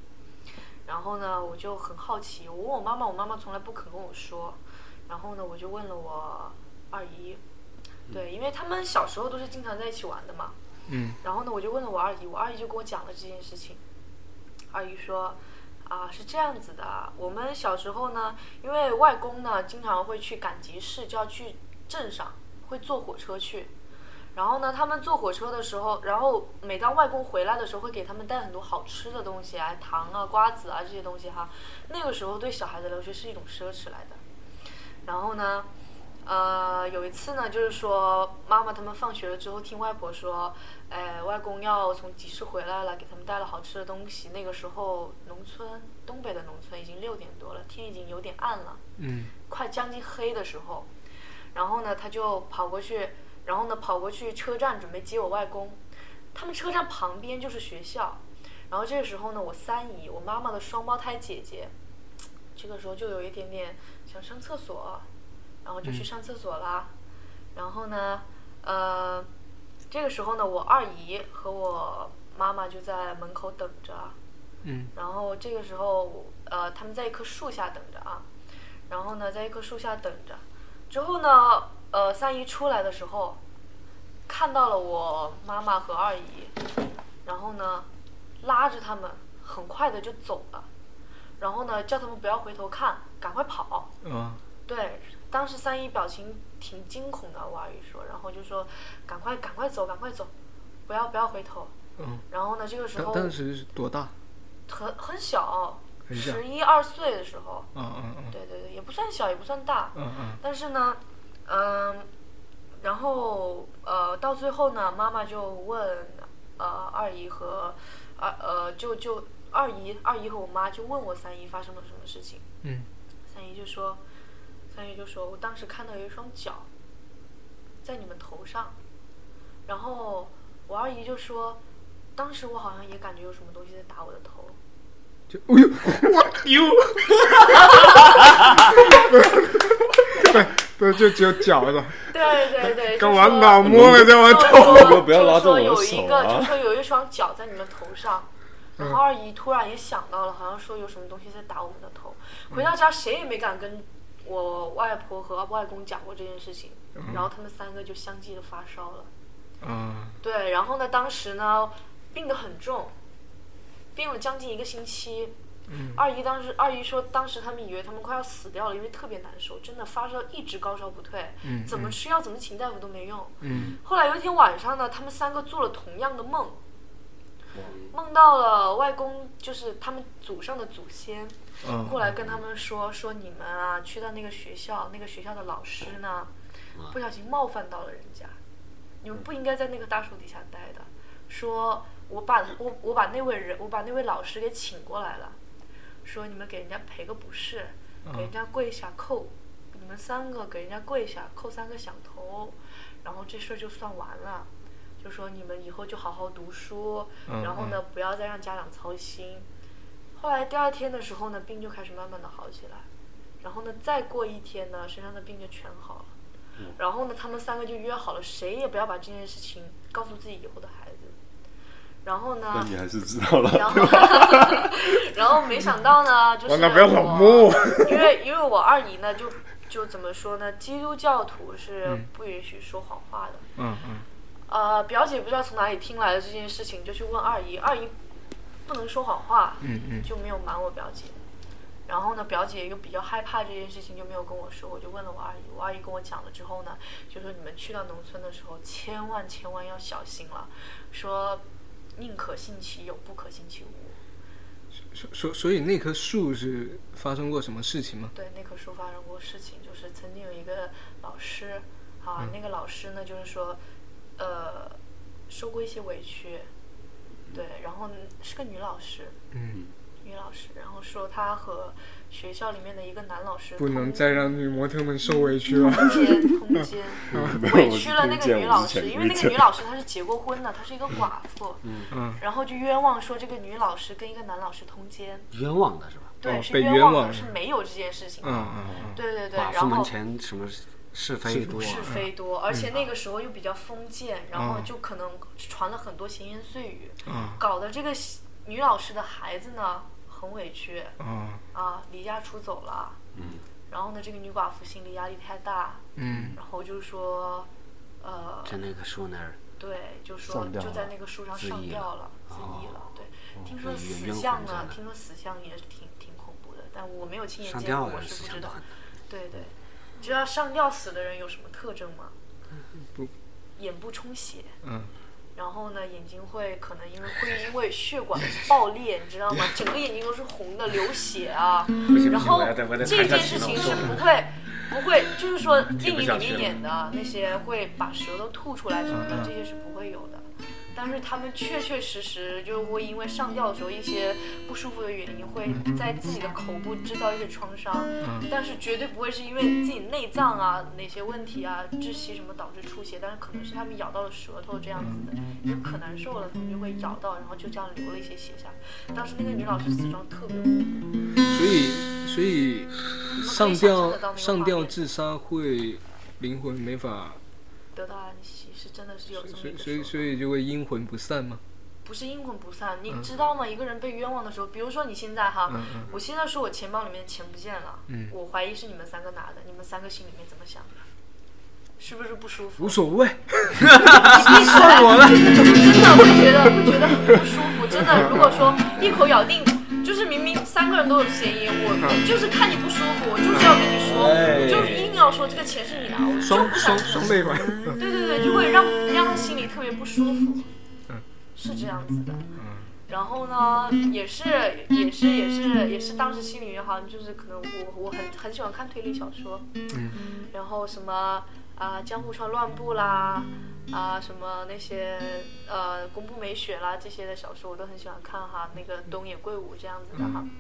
D: 然后呢，我就很好奇，我问我妈妈，我妈妈从来不肯跟我说，然后呢，我就问了我二姨，对，因为他们小时候都是经常在一起玩的嘛，
A: 嗯
D: 然后呢，我就问了我二姨，我二姨就跟我讲了这件事情。二姨说，啊，是这样子的啊，我们小时候呢，因为外公呢经常会去赶集市，就要去镇上，会坐火车去。然后呢，他们坐火车的时候，然后每当外公回来的时候，会给他们带很多好吃的东西啊，糖啊、瓜子啊这些东西哈。那个时候对小孩子来说是一种奢侈来的。然后呢，呃，有一次呢，就是说妈妈他们放学了之后，听外婆说，哎，外公要从集市回来了，给他们带了好吃的东西。那个时候，农村东北的农村已经六点多了，天已经有点暗了，
A: 嗯
D: 快将近黑的时候，然后呢，他就跑过去，然后呢，跑过去车站准备接我外公。他们车站旁边就是学校，然后这个时候呢，我三姨，我妈妈的双胞胎姐姐，这个时候就有一点点想上厕所，然后就去上厕所啦。然后呢，呃，这个时候呢，我二姨和我妈妈就在门口等着啊。
A: 嗯
D: 然后这个时候，呃，他们在一棵树下等着啊，然后呢，在一棵树下等着，之后呢，呃，三姨出来的时候，看到了我妈妈和二姨，然后呢，拉着他们很快的就走了，然后呢，叫他们不要回头看，赶快跑。
A: 啊，
D: 对，当时三姨表情挺惊恐的，我二姨说，然后就说，赶快赶快走，赶快走，不要不要回头。
A: 嗯，
D: 然后呢，这个时
A: 当
D: 候
A: 当时是多大？
D: 很很小，
A: 很小
D: 十一二岁的时候，
A: 啊啊啊
D: 对对对，也不算小，也不算大，
A: 啊啊！
D: 但是呢，嗯，然后呃，到最后呢，妈妈就问呃二姨和二呃就就二姨二姨和我妈就问我三姨发生了什么事情，
A: 嗯
D: 三姨就说，三姨就说我当时看到有一双脚在你们头上，然后我二姨就说，当时我好像也感觉有什么东西在打我的头。
A: 就哎呦，我丢！对，就只有脚了，
D: 对对对，
A: 干
D: 嘛
A: 嘛脑摸了在我头？
D: 头
C: 不要拉着我的
D: 有一
C: 手
D: 个，
C: 啊
D: 就说有一双脚在你们头上。然后二姨突然也想到了，好像说有什么东西在打我们的头。回到家，谁也没敢跟我外婆和外公讲过这件事情。然后他们三个就相继的发烧了。
A: 啊，
D: 对，然后呢，当时呢，病得很重，病了将近一个星期。
A: 嗯
D: 二姨当时，二姨说，当时他们以为他们快要死掉了，因为特别难受，真的发烧一直高烧不退，
A: 嗯
D: 怎么吃药怎么请大夫都没用。
A: 嗯
D: 后来有一天晚上呢，他们三个做了同样的梦，梦到了外公，就是他们祖上的祖先
A: 啊
D: 过来跟他们说，说你们啊去到那个学校，那个学校的老师呢，不小心冒犯到了人家，你们不应该在那个大树底下待的。说我把我我把那位人，我把那位老师给请过来了，说你们给人家赔个不是，给
A: 嗯
D: 人家跪下叩，你们三个给人家跪下叩三个响头，然后这事儿就算完了。就说你们以后就好好读书，
A: 嗯
D: 然后呢，不要再让家长操心。后来第二天的时候呢，病就开始慢慢的好起来，然后呢，再过一天呢，身上的病就全好了。
A: 嗯
D: 然后呢，他们三个就约好了，谁也不要把这件事情告诉自己以后的孩子。然后
C: 那
D: 呢，
C: 你还是知道 了。
D: 然后，然后没想到呢，就是
A: 完了不要老摸我
D: 因为因为我二姨呢，就就怎么说呢，基督教徒是不允许说谎话的。
A: 嗯嗯
D: 呃，表姐不知道从哪里听来的这件事情，就去问二姨，二姨不能说谎话，
A: 嗯嗯
D: 就没有瞒我表姐。然后呢，表姐又比较害怕这件事情，就没有跟我说。我就问了我二姨，我二姨跟我讲了之后呢，就说你们去到农村的时候，千万千万要小心了，说宁可信其有，不可信其无。
A: 所所所以那棵树是发生过什么事情吗？
D: 对那棵树发生过事情，就是曾经有一个老师啊，
A: 嗯
D: 那个老师呢，就是说，呃，受过一些委屈，对，然后呢是个女老师，
A: 嗯，
D: 女老师，然后说她和学校里面的一个男老师
A: 不能
D: 通
A: 再让女模特们受委屈了。
D: 奸 通奸，委屈了那个女老师，因为那个女
C: 老
D: 老 师她是结过婚的，她是一个寡妇，
A: 嗯，
D: 然后就冤枉说这个女老师跟一个男老师通奸，
B: 冤枉的是吧？
D: 对，
A: 哦
D: 是
A: 被
D: 冤
A: 冤
D: 枉
A: 枉
D: 的，
A: 了
D: 是没有这件事情的，
A: 嗯嗯嗯，
D: 对对对，
B: 寡
D: 然
B: 妇
D: 后
B: 门前什么是非多啊，
D: 哦是非多，而且那个时候又比较封建，然后就可能传了很多闲言碎语，
A: 啊
D: 搞得这个女老师的孩子呢很委屈
A: 啊
D: 啊，离家出走了。嗯。然后呢，这个女寡妇心理压力太大，
A: 嗯
D: 然后就说，呃，
B: 在那个树那儿，
D: 对，就说
C: 上吊
D: 就在
C: 了
D: 那个树上
B: 自
D: 上
B: 缢了
D: 吊了，自缢了。对，听说
B: 那冤
D: 死
B: 冤
D: 相
B: 魂在
D: 呢，
B: 那
D: 听说死相也是挺挺恐怖的，但我没有亲眼
B: 上
D: 见过，
B: 吊的
D: 我
B: 人
D: 是
B: 思
D: 不
B: 想
D: 知
B: 都
D: 道
B: 很。
D: 对对，知道上吊死的人有什么特征吗？
A: 不，
D: 眼部充血，
A: 嗯，
D: 然后呢，眼睛会可能 因为会因为血管爆裂，你知道吗？整个眼睛都是红的，流血 啊。然后
B: 我要再我再
D: 这
B: 看一下
D: 件事
B: 洗脑
D: 情
B: 我
D: 是
B: 受
D: 不会不会，就是说电影
B: 嗯下
D: 里
B: 去了嗯
D: 面演的那些会把舌头吐出来什么的，这些是不会有的。但是他们确确实实就会因为上吊的时候一些不舒服的原因，会
B: 嗯
D: 在自己的口部制造一些创伤，但是绝对不会是因为自己内脏啊哪些问题啊窒息什么导致出血，但是可能是他们咬到了舌头这样子的，
B: 嗯
D: 因为可难受了，他们就会咬到，然后就这样流了一些血下来。当时那个女老师死状特别恐怖，
A: 嗯所以所以上
D: 你们可以想象得到
A: 吊上
D: 那个画
A: 吊
D: 面
A: 自杀会灵魂没法
D: 得到安息，是真的是有这么
A: 所
D: 一
A: 以
D: 个
A: 所以
D: 说
A: 所以就会阴魂不散吗？
D: 不是阴魂不散。你知道吗？一个人被冤枉的时候，比如说你现在哈，
A: 嗯嗯
D: 我现在说我钱包里面的钱不见了，
A: 嗯
D: 我怀疑是你们三个拿的，你们三个心里面怎么想的？是不是不舒服？
A: 无所谓，
D: 你算我了，真的会觉得会觉得很不舒服。真的，如果说一口咬定，就是明明三个人都有嫌疑，我我就是看你不舒服，我就是要跟你说，我就是硬要说这个钱是你拿，我就
A: 双
D: 不想
A: 哎双
D: 跟
A: 双
D: 你
A: 倍还。
D: 对对对，就会让让他心里特别不舒服，
A: 嗯
D: 是这样子的。然后呢，也是也是也是也是当时心里面好像就是可能我我很很喜欢看推理小说，然后什么啊、江户川乱步啦。啊，什么那些呃，宫部美雪啦这些的小说我都很喜欢看哈，那个东野圭吾这样子的哈。
B: 嗯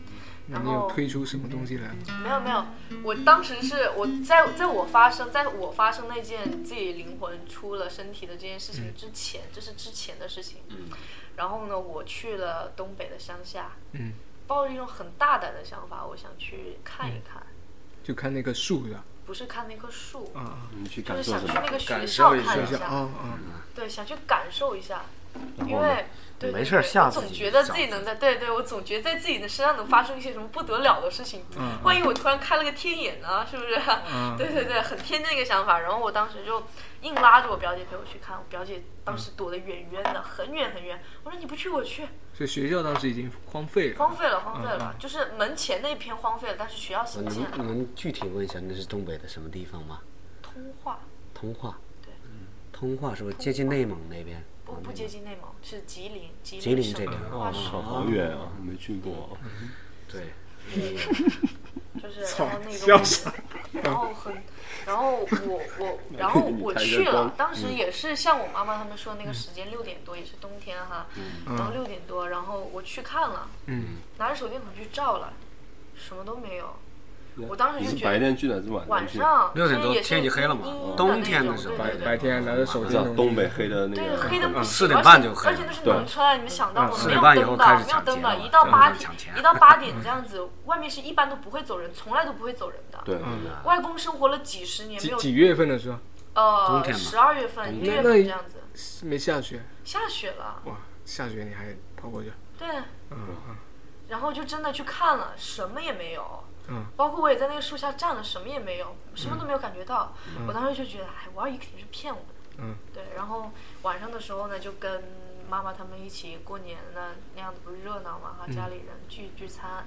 A: 那
D: 然
A: 你有
D: 后
A: 推出什么东西来？
D: 没有没有，我当时是我在在我发生在我发生那件自己灵魂出了身体的这件事情之前，这是之前的事情。
B: 嗯
D: 然后呢，我去了东北的乡下，
A: 嗯，
D: 抱着一种很大胆的想法，我想去看一看，
A: 就看那个树的
D: 不是看那棵树，
A: 啊啊，
C: 你去
D: 就
C: 感
D: 是
C: 受
D: 想
C: 什
D: 去
C: 么？
D: 那个学
B: 嗯感
D: 校
B: 受一
D: 看
A: 等
D: 一
A: 一下啊
D: 下，
A: 啊，
D: 对，想去感受一下，因
C: 后呢
D: 为。对
B: 没
D: 对
B: 事儿
D: 对
B: 吓
D: 我
B: 自
D: 总
B: 己
D: 觉得
B: 吓
D: 自己
B: 自
D: 能在对对，我总觉得在自己的身上能发生一些什么不得了的事情，
A: 嗯
D: 万一我突然开了个天眼呢，是不是？
A: 嗯
D: 对对对，很天真一个想法。然后我当时就硬拉着我表姐陪我去看，我表姐当时躲得远远的，很远很远。我说你不去我去，
A: 所以学校当时已经荒废了。
D: 荒废了荒废了，就是门前那片荒废了，但是学校新
E: 能
D: 建了。
E: 能具体问一下那是东北的什么地方吗？
D: 通化
E: 通化。
D: 对
E: 嗯。通化是不是接近内蒙那边？
D: 不不接近内蒙，是吉林吉
E: 吉
D: 林
E: 林
D: 省
E: 这边
D: 通化市，
C: 哦好远啊，没去过。
E: 对。
D: 就是然后那
A: 笑
D: 个
A: 死
D: 然后很，然后我 我，然后我去了，当
C: 嗯
D: 时也是像我妈妈他们说
A: 嗯
D: 那个时间六点多，也是冬天哈，
C: 嗯
D: 然后六点多，然后我去看了，
A: 嗯，
D: 拿着手电筒去照了，什么都没有，我当时
C: 你
D: 就是觉
C: 白
D: 得
C: 天去的还是晚上
D: 晚
C: 去？
D: 上
B: 6点多
D: 所以也是
B: 天已经黑了嘛哦
D: 阴阴的
B: 冬
D: 那
B: 天的
D: 种
B: 时候
D: 对
A: 白
D: 对对
A: 白天拿着手
C: 我
A: 电
C: 知道
A: 筒，
C: 东北黑的那
D: 对，
C: 个，
D: 黑的不行，
B: 4点半
D: 而且
B: 就黑
D: 而且那是
C: 对
D: 农村，啊你们想到吗？
B: 4
D: 没
B: 点
D: 有
B: 半以后
D: 灯的，
B: 开始
D: 没有
B: 抢
D: 灯的，
B: 劫了
D: 一到
B: 嗯
D: 八点
B: 抢嗯劫，
D: 一到八点这样子，外面是一般都不会走人，从来都不会走人的。
C: 对，
D: 外公生活了几十年，没
A: 几
D: 有
A: 几月份的时候
D: 呃
B: 冬天嘛
D: 十二月份、一月份
A: 那
D: 这样子，
A: 没下雪，
D: 下雪了，
A: 哇，下雪你还跑过去？
D: 对，
A: 嗯嗯
D: 然后就真的去看了，什么也没有。
A: 嗯，
D: 包括我也在那个树下站了，什么也没有，什么都没有感觉到。我当时就觉得，哎，我二姨肯定是骗我的。
A: 嗯，
D: 对。然后晚上的时候呢，就跟妈妈他们一起过年呢，那样子不是热闹嘛哈，家里人聚聚餐。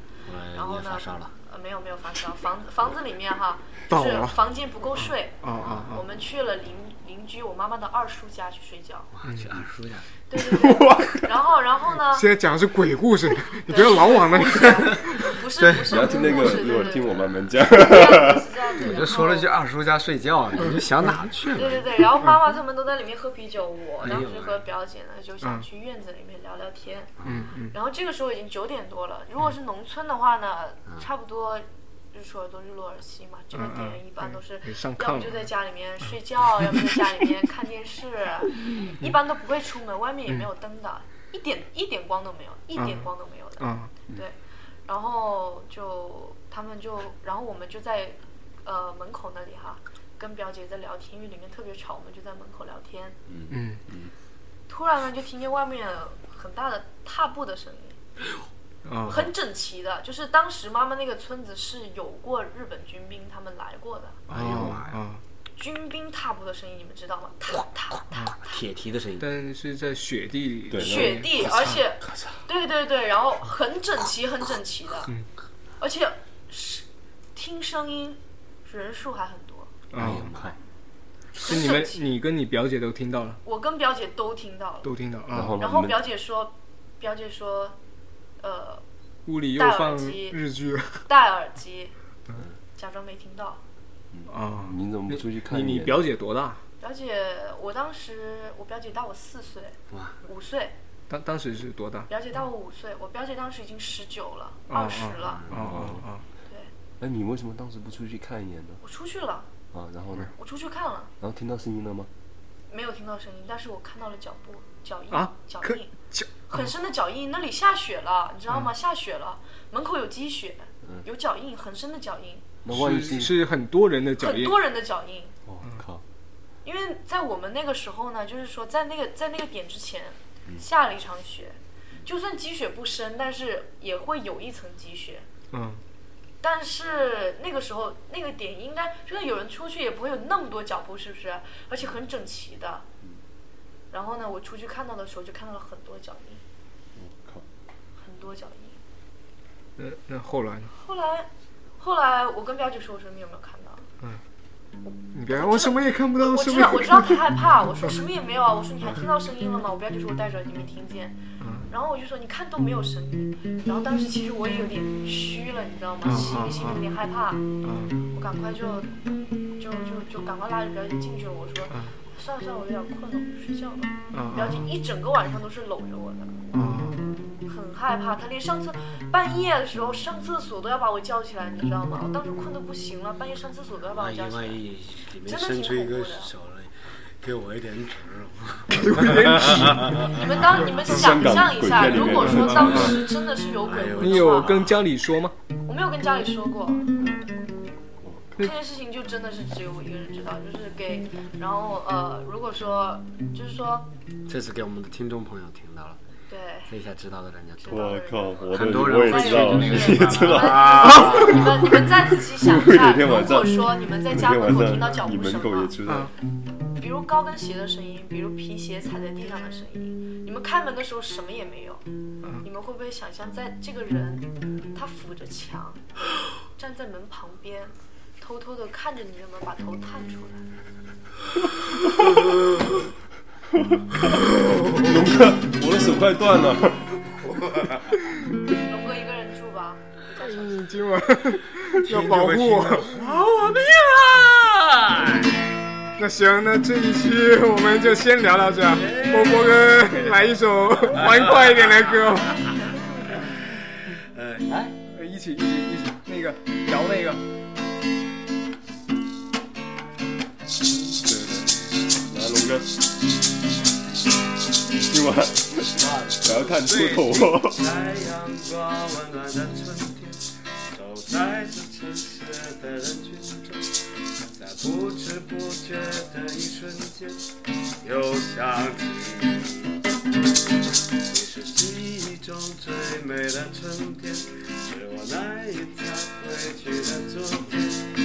D: 然后
E: 你
D: 呢？
E: 嗯也发烧了
D: 呃，没有没有发烧，房子房子里面哈，
A: 倒
D: 就是
A: 了
D: 房间不够睡。
A: 啊啊
D: 我
A: 啊！
D: 们去了邻邻居我妈妈的二叔家去睡觉。
E: 哇，去二叔家。
D: 对 对对。然后然后呢？
A: 现在讲的是鬼故事，你不要老往那个。
D: 不是不
C: 你
D: 是
C: 要听那
D: 不是
C: 个，
D: 对
C: 一会儿
D: 对
C: 听
D: 对
C: 我慢慢 讲。
D: 对是这样子。
B: 我就说了句
D: 然后
B: 二叔家睡觉，你就想哪去
D: 对
B: 了？
D: 对对，
A: 嗯
D: 然后妈妈他们都在里面喝啤酒，我当时
B: 哎
D: 和表姐呢就想去院子里面聊聊天。
A: 嗯嗯
D: 然后这个时候已经九点多了，如果是农村的话呢，差不多日出而作日落而息嘛，这个
A: 嗯
D: 点一般都是
A: 嗯上
D: 要
A: 炕
D: 不就在家里面睡觉，要不在家里面看 电视，一般都不会出门，外面也没有灯的，
A: 嗯
D: 一点一点光都没有，一点光都没有的。
A: 啊，
D: 对，然后就他们就，然后我们就在呃门口那里哈，跟表姐在聊天，因为里面特别吵，我们就在门口聊天。
A: 嗯，
D: 突然呢，就听见外面很大的踏步的声音，
A: 啊，
D: 很整齐的，就是当时妈妈那个村子是有过日本军兵他们来过的，
A: 哎呦啊！
D: 军兵踏步的声音你们知道吗？踏踏踏，
E: 铁蹄的声音。
A: 但是在雪地里，啊
C: 对
D: 雪地，而且对对对，然后很整齐，很整齐的，而且是听声音人数还很多，
C: 哎
A: 啊，
E: 快！
A: 是你
D: 很
A: 们
D: 整，齐
A: 你跟你表姐都听到了，
D: 我跟表姐都听到了。
A: 都听到
C: 然
A: 啊。
C: 后呢
D: 然后
C: 你们
D: 表姐说，表姐说，呃，
A: 屋里又放日剧了
D: 戴耳机，
A: 嗯
D: 假装没听到。
A: 啊。
C: 你怎么不出去看
A: 你
C: 一眼？
A: 哎你表姐多大？
D: 表姐，我当时我表姐大我四岁，五岁，
A: 当当时是多大？
D: 表姐大我五岁，我表姐当时已经十九了，
A: 啊
D: 二十了，
A: 啊啊
D: 对
C: 哎，你为什么当时不出去看一眼呢？
D: 我出去了，
C: 啊，然后呢？
D: 我出去看了，
C: 然后听到声音了吗？
D: 没有听到声音，但是我看到了脚步、脚印、
A: 啊
D: 脚
A: 可
D: 印，
A: 脚嗯
D: 很深的脚印，那里下雪了，你知道吗？下雪了，门口有积雪，有脚印，很深的脚印，
C: 那
A: 啊！
C: 万一
A: 是是很多人的脚
D: 很
A: 印
D: 多人的脚印。
C: 哦我靠，
D: 因为在我们那个时候呢，就是说在那个在那个点之前下了一场雪，就算积雪不深，但是也会有一层积雪。
A: 嗯，
D: 但是那个时候那个点应该就是有人出去也不会有那么多脚步，是不是？而且很整齐的。然后呢，我出去看到的时候就看到了很多脚印，
C: 靠，
D: 很多脚印。
A: 那那后来呢？
D: 后来，后来我跟彪姐说，我说你有没有看到？
A: 你别让我什么也看不到，
D: 我
A: 什
D: 知
A: 么也
D: 道，
A: 看
D: 我
A: 不
D: 知
A: 到
D: 道他害怕。我说什么也没有啊，我说你还听到声音了吗？我不要就说我戴着耳机没听见。
A: 嗯
D: 然后我就说你看都没有声音。然后当时其实我也有点虚了，你知道吗？
A: 嗯
D: 心里
A: 嗯
D: 心里有点害怕，
A: 嗯
D: 我赶快就就就就赶快拉着表姐进去了。我说
A: 嗯
D: 算了算了，我有点困了，我就睡觉吧。
A: 嗯
D: 表姐一整个晚上都是搂着我的，
A: 嗯
D: 很害怕。她连上厕半夜的时候上厕所都要把我叫起来，你知道吗？我当时困得不行了，半夜上厕所都要把我
E: 万一
D: 叫起来
E: 万。一里面
D: 真的
E: 伸
D: 挺
E: 出一
D: 恐
E: 个
D: 怖的
E: 手来，给我一点纸，
D: 你们当你们想象一下，如果说当时真的是有鬼
E: 哎
D: 魂的话，
E: 呦
A: 你有跟家里说吗？
D: 我没有跟家里说过。这件事情就真的是只有我一个人知道，就是给，然后呃，如果说就是说，
E: 这是给我们的听众朋友听到了，
D: 对，
E: 这一下知道的人家多。
D: 我靠
C: 我
B: 很多人会
D: 知
B: 去
D: 道
B: 那个
D: 是
B: 地
D: 吧
B: 方
D: 你们你们再仔细想一 下，如果说你们在家门口听到脚步声了，
C: 知
A: 啊，
D: 比如高跟鞋的声音，比如皮鞋踩在地上的声音，你们开门的时候什么也没有，
C: 嗯
D: 你们会不会想象在这个人他扶着墙，站在门旁边，偷偷的看着你们把头探出来？
C: 龙哥，我的手快断了。
D: 龙哥一个人住吧，
A: 你今晚要保护
B: 听就会听到
A: 我。那行，那这一期我们就先聊到这儿。波波哥，来一首欢快一点的歌吧。呃，来，一起一起一起，那个摇那个。
C: 来，龙哥，今晚我要看出头。
B: 在阳光温暖的春天，走在这城市的人群中，在不知不觉的一瞬间，又想起你。你是记忆中最美的春天，是我难以再回去的昨天。